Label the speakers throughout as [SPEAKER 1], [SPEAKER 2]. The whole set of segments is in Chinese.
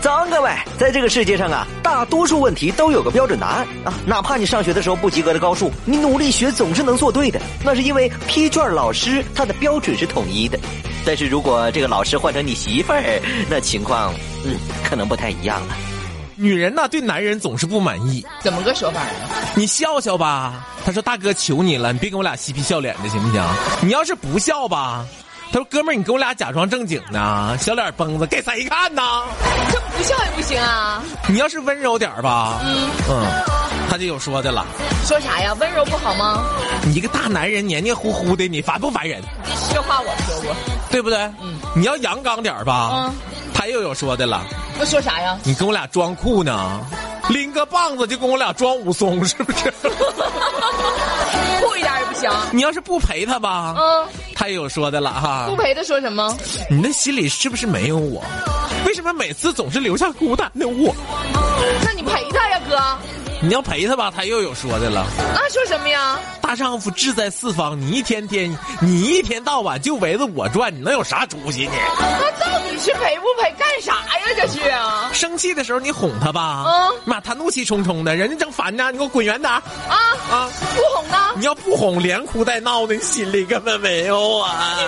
[SPEAKER 1] 早安，各位！啊在这个世界上啊，大多数问题都有个标准答案啊，哪怕你上学的时候不及格的高数，你努力学总是能做对的，那是因为批卷老师他的标准是统一的。 但是如果这个老师换成你媳妇儿，那情况嗯可能不太一样了。
[SPEAKER 2] 女人呐，对男人总是不满意。
[SPEAKER 3] 怎么个说法呢？
[SPEAKER 2] 你笑笑吧，他说大哥求你了，你别跟我俩嬉皮笑脸的行不行？你要是不笑吧，他说哥们儿，你跟我俩假装正经呢，小脸绷着给谁看呢？
[SPEAKER 3] 这不笑也不行啊！
[SPEAKER 2] 你要是温柔点儿吧，
[SPEAKER 3] 嗯
[SPEAKER 2] 嗯，他就有说的了。
[SPEAKER 3] 说啥呀？温柔不好吗？
[SPEAKER 2] 你一个大男人黏黏糊糊的，你烦不烦人？
[SPEAKER 3] 这话我说过。
[SPEAKER 2] 对不对？
[SPEAKER 3] 嗯
[SPEAKER 2] 你要阳刚点儿吧，
[SPEAKER 3] 嗯
[SPEAKER 2] 他又有说的了。
[SPEAKER 3] 那说啥呀？
[SPEAKER 2] 你跟我俩装酷呢，拎个棒子就跟我俩装武松，是不 是？
[SPEAKER 3] 酷一点也不行。
[SPEAKER 2] 你要是不陪他吧，
[SPEAKER 3] 嗯，
[SPEAKER 2] 他也有说的了哈
[SPEAKER 3] 不。陪他说什么？
[SPEAKER 2] 你那心里是不是没有我？为什么每次总是留下孤单的我？
[SPEAKER 3] 那你陪他呀，哥。
[SPEAKER 2] 你要陪他吧，他又有说的了。
[SPEAKER 3] 那说什么呀？
[SPEAKER 2] 大丈夫志在四方，你一天天，你一天到晚就围着我转，你能有啥出息你？
[SPEAKER 3] 那到底是陪不陪干啥呀？这是啊
[SPEAKER 2] 生气的时候你哄他吧，
[SPEAKER 3] 嗯
[SPEAKER 2] 妈他怒气冲冲的，人家正烦呢，你给我滚远点儿
[SPEAKER 3] 啊！
[SPEAKER 2] 啊！
[SPEAKER 3] 不哄 呢？
[SPEAKER 2] 你要不哄，连哭带闹的，你心里根本没有啊。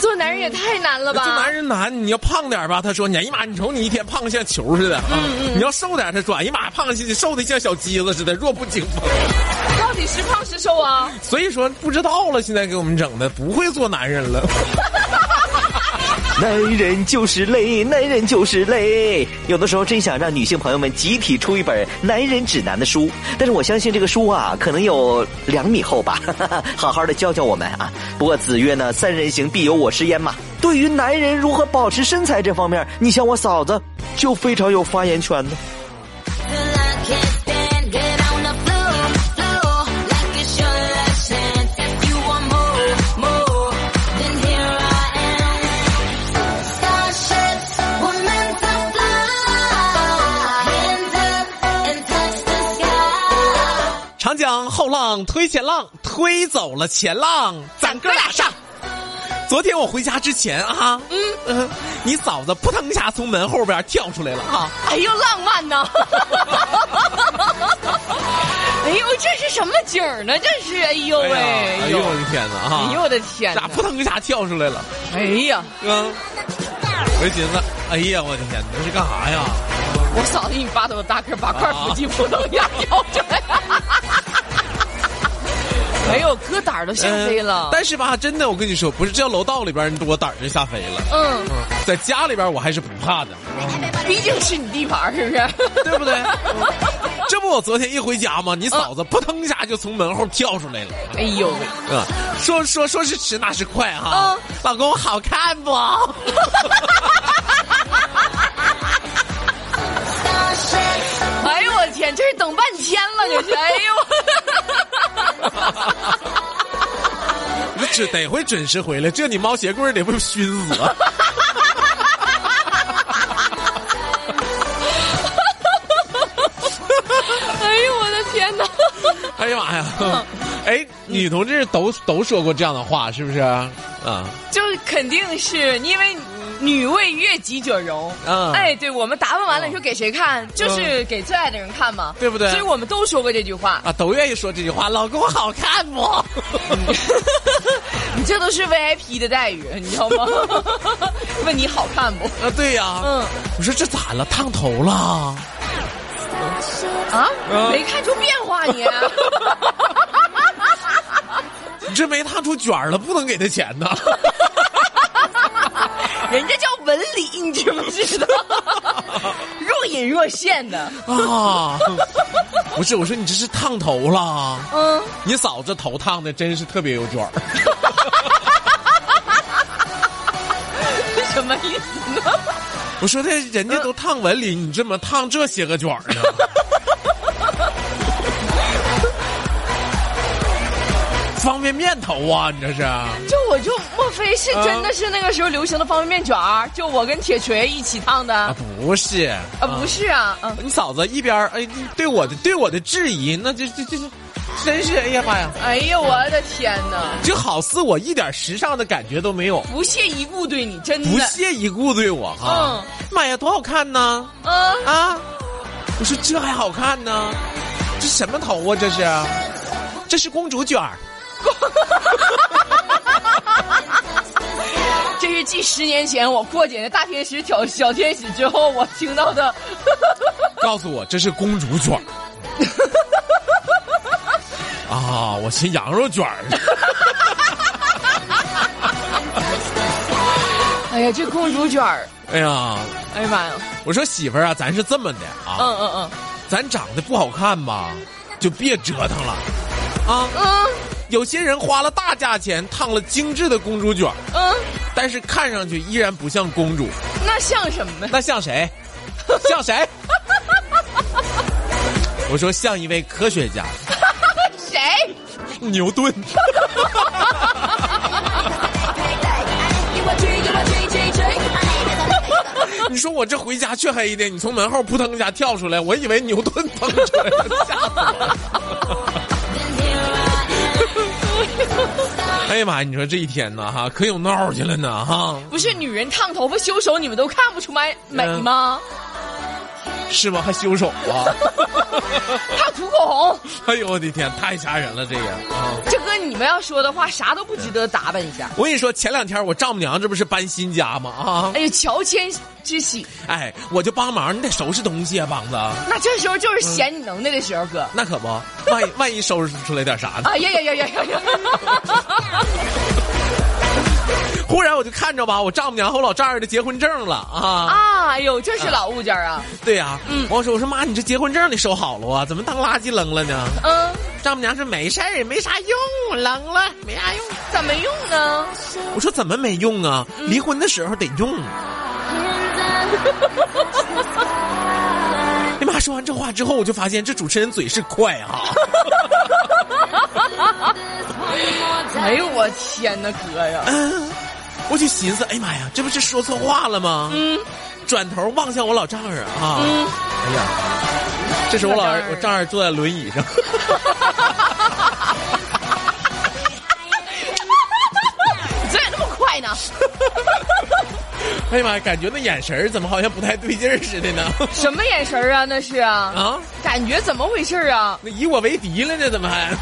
[SPEAKER 3] 做男人也太难了吧？
[SPEAKER 2] 这男人难，你要胖点儿吧，他说你，哎呀妈，你瞅你一天胖得像球似的，嗯你要瘦点儿，他说，哎呀妈，胖得像瘦的像小鸡子似的，弱不禁风。
[SPEAKER 3] 到底是胖是瘦啊？
[SPEAKER 2] 所以说不知道了，现在给我们整的不会做男人了。
[SPEAKER 1] 男人就是累，男人就是累。有的时候真想让女性朋友们集体出一本男人指南的书，但是我相信这个书啊，可能有两米厚吧， 好好的教教我们啊。不过子曰呢，三人行必有我师焉嘛。对于男人如何保持身材这方面，你像我嫂子就非常有发言权呢。
[SPEAKER 4] Feel like it's been get on the floor, floor, like it's your last chance. If you want more, more, then here I am. Starships were meant to fly, hands up and touch the sky.
[SPEAKER 2] 长江后浪推前浪，推走了前浪，咱哥俩上。昨天我回家之前啊，嗯嗯，你嫂子扑腾一下从门后边跳出来了啊！
[SPEAKER 3] 哎呦，浪漫呐！哎呦，这是什么景儿呢？这是，哎呦喂！
[SPEAKER 2] 呀哎呦我的天哪啊！
[SPEAKER 3] 哎呦我的天
[SPEAKER 2] 咋
[SPEAKER 3] 哪！
[SPEAKER 2] 扑腾一下跳出来了？
[SPEAKER 3] 哎呀，
[SPEAKER 2] 嗯，我就寻思，哎呀，我的天，你这是干啥呀？
[SPEAKER 3] 我嫂子给你发朵大个八块腹肌扑腾呀，跳 出来！没有，哥哎胆儿都吓飞了
[SPEAKER 2] 嗯。但是吧，真的，我跟你说，不是这要楼道里边，你我胆儿就吓飞了。
[SPEAKER 3] 嗯，
[SPEAKER 2] 在家里边，我还是不怕 的，
[SPEAKER 3] 毕竟是你地盘儿，是不是？
[SPEAKER 2] 对不对？
[SPEAKER 3] 嗯
[SPEAKER 2] 这不，我昨天一回家吗？你嫂子扑腾一下就从门后跳出来了，
[SPEAKER 3] 哎呦喂！
[SPEAKER 2] 啊、说说说是迟，那是快哈、
[SPEAKER 3] 嗯
[SPEAKER 2] 老公好看 不？
[SPEAKER 3] 哎呦我的天，这是等半天了，这是。哎呦，
[SPEAKER 2] 你准得会准时回来，这你猫鞋棍儿得不熏死 啊！
[SPEAKER 3] 哎呦我的天哪！
[SPEAKER 2] 哎呀妈
[SPEAKER 3] 嗯
[SPEAKER 2] 呀！哎，女同志都都说过这样的话，是不是？
[SPEAKER 3] 嗯
[SPEAKER 2] 啊、
[SPEAKER 3] 就是肯定是因为女为悦己者容。
[SPEAKER 2] 嗯
[SPEAKER 3] 哎，对我们打扮完了，你说给谁看？就是给最爱的人看嘛，
[SPEAKER 2] 对不对
[SPEAKER 3] 所以我们都说过这 句话。
[SPEAKER 2] 啊，都愿意说这句话，老公好看不？嗯
[SPEAKER 3] 你这都是 VIP 的待遇，你知道 吗？问你好看不？
[SPEAKER 2] 啊，对呀、
[SPEAKER 3] 嗯
[SPEAKER 2] 我说这咋了？烫头了？
[SPEAKER 3] 啊
[SPEAKER 2] 嗯，
[SPEAKER 3] 没看出变化你。啊
[SPEAKER 2] 你这没烫出卷儿了，不能给他钱 呐！
[SPEAKER 3] 人家叫文理，你知不 知道？若隐若现的，
[SPEAKER 2] 啊，不是，我说你这是烫头了。
[SPEAKER 3] 嗯，
[SPEAKER 2] 你嫂子头烫的真是特别有卷儿，
[SPEAKER 3] 什么意思呢？
[SPEAKER 2] 我说这人家都烫纹理，你这么烫这些个卷儿呢？ 方便面头啊，你这是？
[SPEAKER 3] 就我就莫非是真的是那个时候流行的方便面卷儿？就我跟铁锤一起烫的
[SPEAKER 2] 啊
[SPEAKER 3] 啊，？
[SPEAKER 2] 不是，
[SPEAKER 3] 不是啊，嗯，
[SPEAKER 2] 你嫂子一边儿哎对我的对我的质疑，那这这这这真是，哎呀妈呀，
[SPEAKER 3] 哎呀，我的天哪！
[SPEAKER 2] 就好似我一点时尚的感觉都没有，
[SPEAKER 3] 不屑一顾对你，真的
[SPEAKER 2] 不屑一顾对我哈。妈呀，多好看呢！
[SPEAKER 3] 嗯，
[SPEAKER 2] 啊，我说这还好看呢，这什么头啊？这是，这是公主卷儿。
[SPEAKER 3] 这是继十年前我破解的大天使小小天使之后，我听到的。
[SPEAKER 2] 告诉我这是公主卷儿。啊，我是羊肉卷儿。
[SPEAKER 3] 哎呀，这公主卷儿，
[SPEAKER 2] 哎呀，
[SPEAKER 3] 哎呀妈呀！
[SPEAKER 2] 我说媳妇儿啊，咱是这么的啊，
[SPEAKER 3] 嗯嗯嗯
[SPEAKER 2] 咱长得不好看吧，就别折腾了。啊，
[SPEAKER 3] 嗯
[SPEAKER 2] 有些人花了大价钱烫了精致的公主卷儿，
[SPEAKER 3] 嗯，
[SPEAKER 2] 但是看上去依然不像公主，
[SPEAKER 3] 那像什么？
[SPEAKER 2] 那像 谁？像谁？我说像一位科学家
[SPEAKER 3] 谁？
[SPEAKER 2] 牛顿。你说我这回家黢黑的，你从门后扑腾一下跳出来，我以为牛顿蹦出来了，吓死我 了！哎呀妈呀！你说这一天呐，哈，可有闹去了呢，哈，
[SPEAKER 3] 不是女人烫头发修手，你们都看不出美美吗？
[SPEAKER 2] 是吗？还修手啊！
[SPEAKER 3] 她涂口红，
[SPEAKER 2] 哎呦我的天，太吓人了，这个啊！
[SPEAKER 3] 这跟你们要说的话，啥都不值得打扮一下。
[SPEAKER 2] 我跟你说，前两天我丈母娘这不是搬新家吗？啊，
[SPEAKER 3] 哎呀，乔迁之喜，
[SPEAKER 2] 哎，我就帮忙，你得收拾东西啊，膀子。
[SPEAKER 3] 那这时候就是显你能耐的时候，哥。
[SPEAKER 2] 那可不，万 一万一收拾出来点啥呢？
[SPEAKER 3] 哎呀呀呀呀呀呀！
[SPEAKER 2] 忽然我就看着吧，我丈母娘和我老丈人的结婚证了啊！
[SPEAKER 3] 啊，哎呦，这是老物件儿啊。
[SPEAKER 2] 对呀、
[SPEAKER 3] 嗯
[SPEAKER 2] 我说我说妈，你这结婚证你收好了啊？怎么当垃圾扔了呢？
[SPEAKER 3] 嗯，哎
[SPEAKER 2] 丈母娘说没事儿，没啥用，扔了没啥用。
[SPEAKER 3] 怎么用呢？
[SPEAKER 2] 我说怎么没用啊？
[SPEAKER 3] 嗯
[SPEAKER 2] 离婚的时候得 用。你妈说完这话之后，我就发现这主持人嘴是快啊！
[SPEAKER 3] 哎呦，我天哪，哥呀！
[SPEAKER 2] 我就寻思，哎呀妈呀，这不是说错话了吗？
[SPEAKER 3] 嗯，
[SPEAKER 2] 转头望向我老丈人啊，
[SPEAKER 3] 嗯
[SPEAKER 2] 哎呀，这时候我老
[SPEAKER 3] 老丈人
[SPEAKER 2] 我丈人坐在轮椅上，
[SPEAKER 3] 你嘴咋那么快呢？
[SPEAKER 2] 哎呀妈呀，感觉那眼神儿怎么好像不太对劲儿似 的呢？
[SPEAKER 3] 什么眼神儿啊？那是啊，
[SPEAKER 2] 啊，
[SPEAKER 3] 感觉怎么回事儿啊？
[SPEAKER 2] 那以我为敌了呢？怎么还？嗯，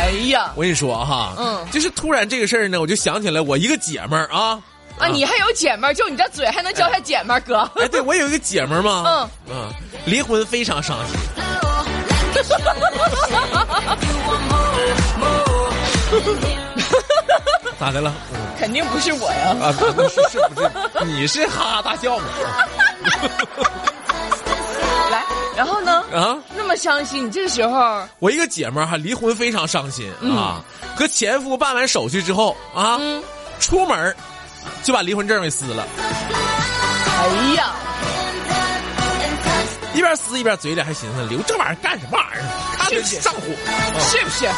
[SPEAKER 3] 哎呀，
[SPEAKER 2] 我跟你说啊哈，
[SPEAKER 3] 嗯
[SPEAKER 2] 就是突然这个事儿呢，我就想起来我一个姐们儿啊，
[SPEAKER 3] 啊，你还有姐们儿，就你这嘴还能教下姐们儿，哥？
[SPEAKER 2] 哎，对我有一个姐们儿嘛，嗯嗯，离婚非常伤心， 咋的了？嗯
[SPEAKER 3] 肯定不是我呀。
[SPEAKER 2] 啊，不是是不是？你是哈哈大笑吗？
[SPEAKER 3] 来，然后呢？
[SPEAKER 2] 啊，
[SPEAKER 3] 那么伤心，你这时候，
[SPEAKER 2] 我一个姐们儿哈离婚非常伤心啊，和前夫办完手续之后啊，
[SPEAKER 3] 嗯，
[SPEAKER 2] 出门儿就把离婚证给撕了，
[SPEAKER 3] 哎呀，
[SPEAKER 2] 一边撕一边嘴里还寻思留这玩意儿干什么玩意儿？看着
[SPEAKER 3] 是
[SPEAKER 2] 上火。
[SPEAKER 3] 是不是？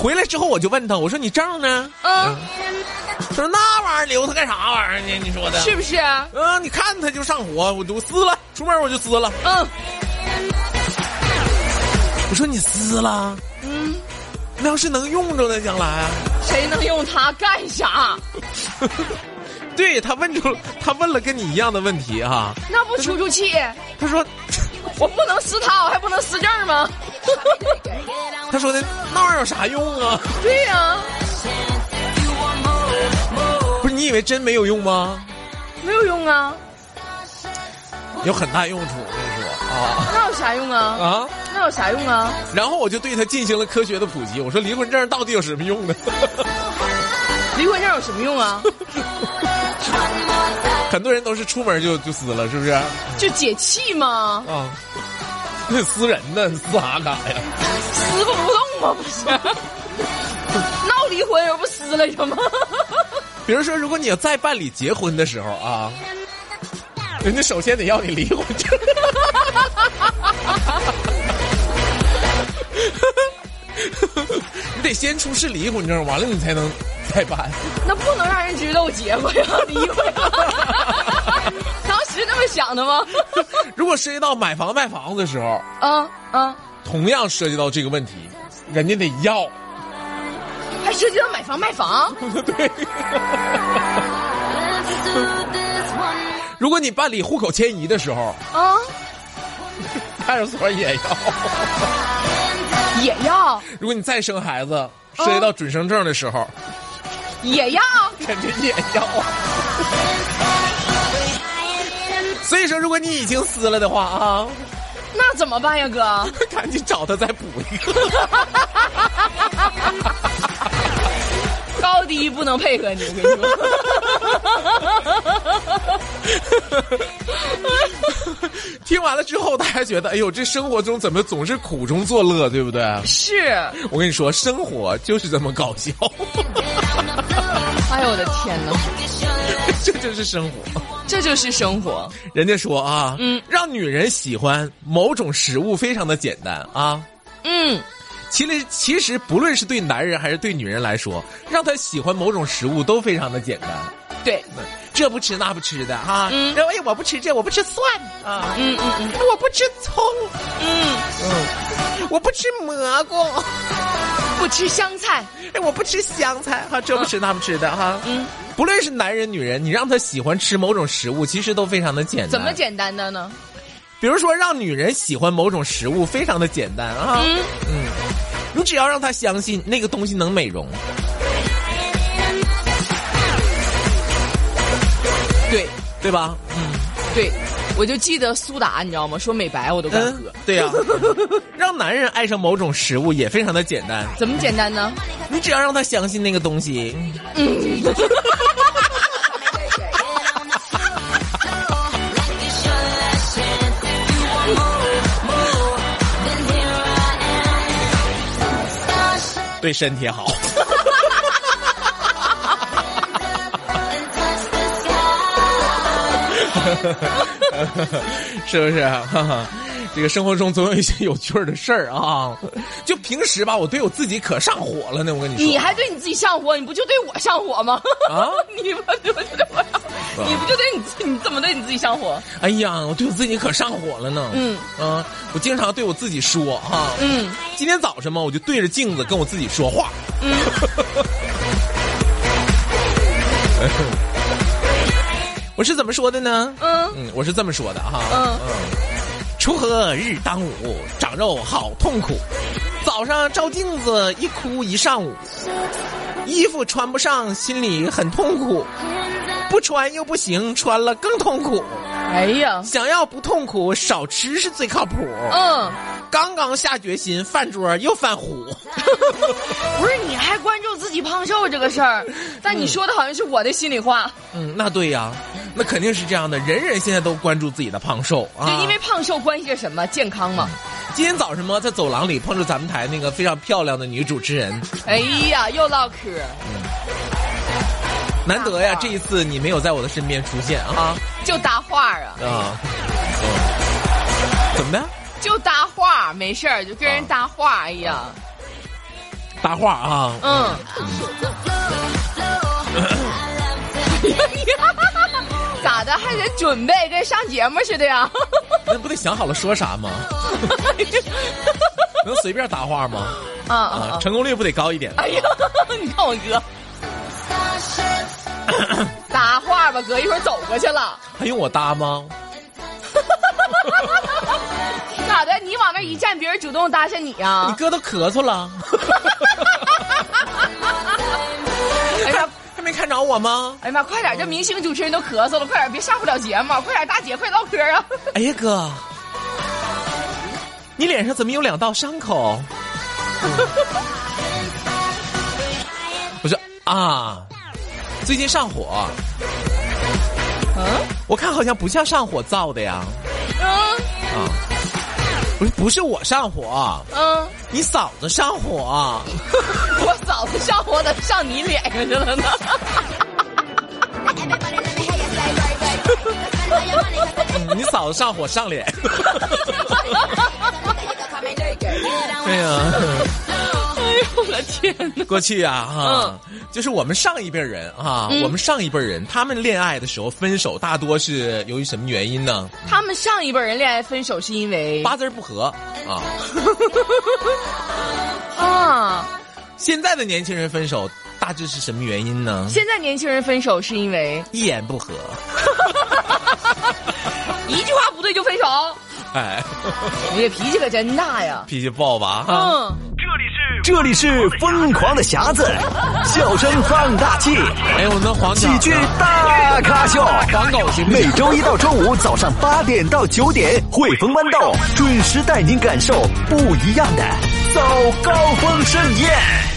[SPEAKER 2] 回来之后我就问他，我说你证呢？
[SPEAKER 3] 嗯，
[SPEAKER 2] 他说那玩意儿留它干啥玩意儿呢？你说的
[SPEAKER 3] 是不是？啊
[SPEAKER 2] 嗯、你看他就上火，我就撕了，出门我就撕了。
[SPEAKER 3] 嗯，
[SPEAKER 2] 我说你撕了，嗯，那要是能用着呢，将来。啊
[SPEAKER 3] 谁能用它干啥？
[SPEAKER 2] 对他问出，他问了跟你一样的问题哈、
[SPEAKER 3] 那不出出气？
[SPEAKER 2] 他说，
[SPEAKER 3] 我不能撕它，我还不能撕证儿吗？
[SPEAKER 2] 他说的那玩意儿有啥用啊？
[SPEAKER 3] 对呀、
[SPEAKER 2] 不是你以为真没有用吗？
[SPEAKER 3] 没有用啊，
[SPEAKER 2] 有很大用处，我跟你说
[SPEAKER 3] 那有啥用啊？
[SPEAKER 2] 啊啊！
[SPEAKER 3] 那有啥用啊？
[SPEAKER 2] 然后我就对他进行了科学的普及，我说离婚证到底有什么用呢？
[SPEAKER 3] 离婚证有什么用 啊？
[SPEAKER 2] 很多人都是出门就就撕了，是不是？啊，
[SPEAKER 3] 就解气吗？
[SPEAKER 2] 那撕人呢，撕啥干啥呀？
[SPEAKER 3] 撕不不动吗？不 是，闹离婚人不撕来 着吗？
[SPEAKER 2] 比如说，如果你要再办理结婚的时候啊，人家首先得要你离婚证。 你得先出示离婚证，完了你才能再办。
[SPEAKER 3] 那不能让人知道我结过呀，离过呀。当时那么想想的 吗？
[SPEAKER 2] 如果涉及到买房卖房子的时候，
[SPEAKER 3] 嗯嗯，
[SPEAKER 2] 同样涉及到这个问题，人家得要。
[SPEAKER 3] 还涉及到买房卖房，
[SPEAKER 2] 对，如果你办理户口迁移的时候，
[SPEAKER 3] 啊，
[SPEAKER 2] 派出所也要。
[SPEAKER 3] 也要
[SPEAKER 2] 如果你再生孩子，涉及到准生证的时候，
[SPEAKER 3] 也要，
[SPEAKER 2] 肯定也要。所以说，如果你已经撕了的话啊，
[SPEAKER 3] 那怎么办 呀，哥？
[SPEAKER 2] 赶紧找他再补一个。
[SPEAKER 3] 高低不能配合你，我跟你说。
[SPEAKER 2] 听完了之后，大家觉得，哎呦，这生活中怎么总是苦中作乐，对不对？
[SPEAKER 3] 是，
[SPEAKER 2] 我跟你说，生活就是这么搞笑，
[SPEAKER 3] 哎呦我的天哪，
[SPEAKER 2] 这就是生活。
[SPEAKER 3] 这就是生活。
[SPEAKER 2] 人家说啊，
[SPEAKER 3] 嗯，
[SPEAKER 2] 让女人喜欢某种食物非常的简单啊。
[SPEAKER 3] 嗯，
[SPEAKER 2] 其实，其实不论是对男人还是对女人来说，让她喜欢某种食物都非常的简单。
[SPEAKER 3] 对，
[SPEAKER 2] 这不吃那不吃的哈，
[SPEAKER 3] 嗯
[SPEAKER 2] 然后哎，我不吃这，我不吃蒜啊，
[SPEAKER 3] 嗯嗯嗯
[SPEAKER 2] 我不吃葱，
[SPEAKER 3] 嗯，
[SPEAKER 2] 我不吃蘑菇，
[SPEAKER 3] 不吃香菜，
[SPEAKER 2] 哎，我不吃香菜哈，这不吃那不吃的哈。
[SPEAKER 3] 嗯，
[SPEAKER 2] 不论是男人女人，你让他喜欢吃某种食物，其实都非常的简单。
[SPEAKER 3] 怎么？简单的呢？
[SPEAKER 2] 比如说，让女人喜欢某种食物，非常的简单啊。
[SPEAKER 3] 嗯，
[SPEAKER 2] 你只要让他相信那个东西能美容，
[SPEAKER 3] 对
[SPEAKER 2] 对吧？
[SPEAKER 3] 对，我就记得苏打，你知道吗？说美白我都敢喝，，
[SPEAKER 2] 嗯对呀、 让男人爱上某种食物也非常的简单，
[SPEAKER 3] 怎么简单呢？
[SPEAKER 2] 你只要让他相信那个东西。对身体好， 是不是？ 哈哈，这个生活中总有一些有趣儿的事儿啊。就平时吧，我对我自己可上火了呢。我跟你说，
[SPEAKER 3] 你还对你自己上火，你不就对我上火吗？
[SPEAKER 2] 啊
[SPEAKER 3] 你不对不对我上火，你不就对你自己，你怎么对你自己上火？
[SPEAKER 2] 哎呀，我对我自己可上火了呢。
[SPEAKER 3] 嗯
[SPEAKER 2] 啊，我经常对我自己说哈、
[SPEAKER 3] 嗯
[SPEAKER 2] 今天早上嘛，我就对着镜子跟我自己说话。
[SPEAKER 3] 嗯，
[SPEAKER 2] 我是怎么说的呢？
[SPEAKER 3] 嗯
[SPEAKER 2] 嗯，我是这么说的哈。
[SPEAKER 3] 嗯
[SPEAKER 2] 锄禾日当午，长肉好痛苦。早上照镜子，一哭一上午。衣服穿不上，心里很痛苦。不穿又不行，穿了更痛苦。
[SPEAKER 3] 哎呀，
[SPEAKER 2] 想要不痛苦，少吃是最靠谱。
[SPEAKER 3] 嗯，
[SPEAKER 2] 刚刚下决心，饭桌又犯虎。
[SPEAKER 3] 不是，你还关注自己胖瘦这个事儿，但你说的好像是我的心里话，
[SPEAKER 2] 嗯，那对呀、那肯定是这样的。人人现在都关注自己的胖瘦啊，
[SPEAKER 3] 对，因为胖瘦关系着什么？健康嘛。
[SPEAKER 2] 今天早上嘛，在走廊里碰着咱们台那个非常漂亮的女主持人，
[SPEAKER 3] 哎呀，又唠嗑，
[SPEAKER 2] 难得呀，这一次你没有在我的身边出现啊
[SPEAKER 3] 就搭话啊，
[SPEAKER 2] 啊！嗯怎么的？
[SPEAKER 3] 就搭话，没事儿就跟人搭话。哎呀，
[SPEAKER 2] 搭话啊？
[SPEAKER 3] 嗯， 咋的？还得准备跟上节目似的呀？
[SPEAKER 2] 那不得想好了说啥吗？能随便搭话吗？
[SPEAKER 3] 啊
[SPEAKER 2] 啊
[SPEAKER 3] 啊！，
[SPEAKER 2] 成功率不得高一点？
[SPEAKER 3] 哎呀，你看我哥，搭话吧，哥，一会儿走过去了。
[SPEAKER 2] 还用我搭吗？
[SPEAKER 3] 咋的？你往那一站，别人主动搭讪你
[SPEAKER 2] 你
[SPEAKER 3] 啊？
[SPEAKER 2] 哥都咳嗽 了，
[SPEAKER 3] 哎呀，
[SPEAKER 2] 还没看着我吗？
[SPEAKER 3] 哎呀妈！快点，这明星主持人都咳嗽了，快点，别上不了节目，快点，大姐，快唠嗑啊！
[SPEAKER 2] 哎呀哥，你脸上怎么有两道伤口？
[SPEAKER 3] 嗯
[SPEAKER 2] 我说啊，最近上火，
[SPEAKER 3] 嗯
[SPEAKER 2] 我看好像不像上火造的呀。
[SPEAKER 3] 嗯
[SPEAKER 2] 啊，不是不是我上火，
[SPEAKER 3] 嗯，
[SPEAKER 2] 你嫂子上火。
[SPEAKER 3] 我嫂子上火的上你脸上去了呢。
[SPEAKER 2] 嗯你嫂子上火上脸。哎呀，
[SPEAKER 3] 哎呦我的天 哪！
[SPEAKER 2] 过去呀、哈、
[SPEAKER 3] 嗯
[SPEAKER 2] 就是我们上一辈人啊，我们上一辈人，他们恋爱的时候分手大多是由于什么原因呢？
[SPEAKER 3] 他们上一辈人恋爱分手是因为
[SPEAKER 2] 八字儿不合啊。
[SPEAKER 3] 啊，
[SPEAKER 2] 现在的年轻人分手大致是什么原因呢？
[SPEAKER 3] 现在年轻人分手是因为
[SPEAKER 2] 一言不合，
[SPEAKER 3] 一句话不对就分手，
[SPEAKER 2] 哎，
[SPEAKER 3] 你这脾气可真大呀！
[SPEAKER 2] 脾气暴吧？啊
[SPEAKER 3] 嗯，
[SPEAKER 1] 这里是疯狂的匣子，笑声放大器，
[SPEAKER 2] 哎，我那黄
[SPEAKER 1] 喜
[SPEAKER 2] 角呢
[SPEAKER 1] 剧大咖秀。
[SPEAKER 2] 黄狗行不
[SPEAKER 1] 每
[SPEAKER 2] 行？
[SPEAKER 1] 周一到周五早上八点到九点，汇丰豌豆准时带您感受不一样的早高峰盛宴。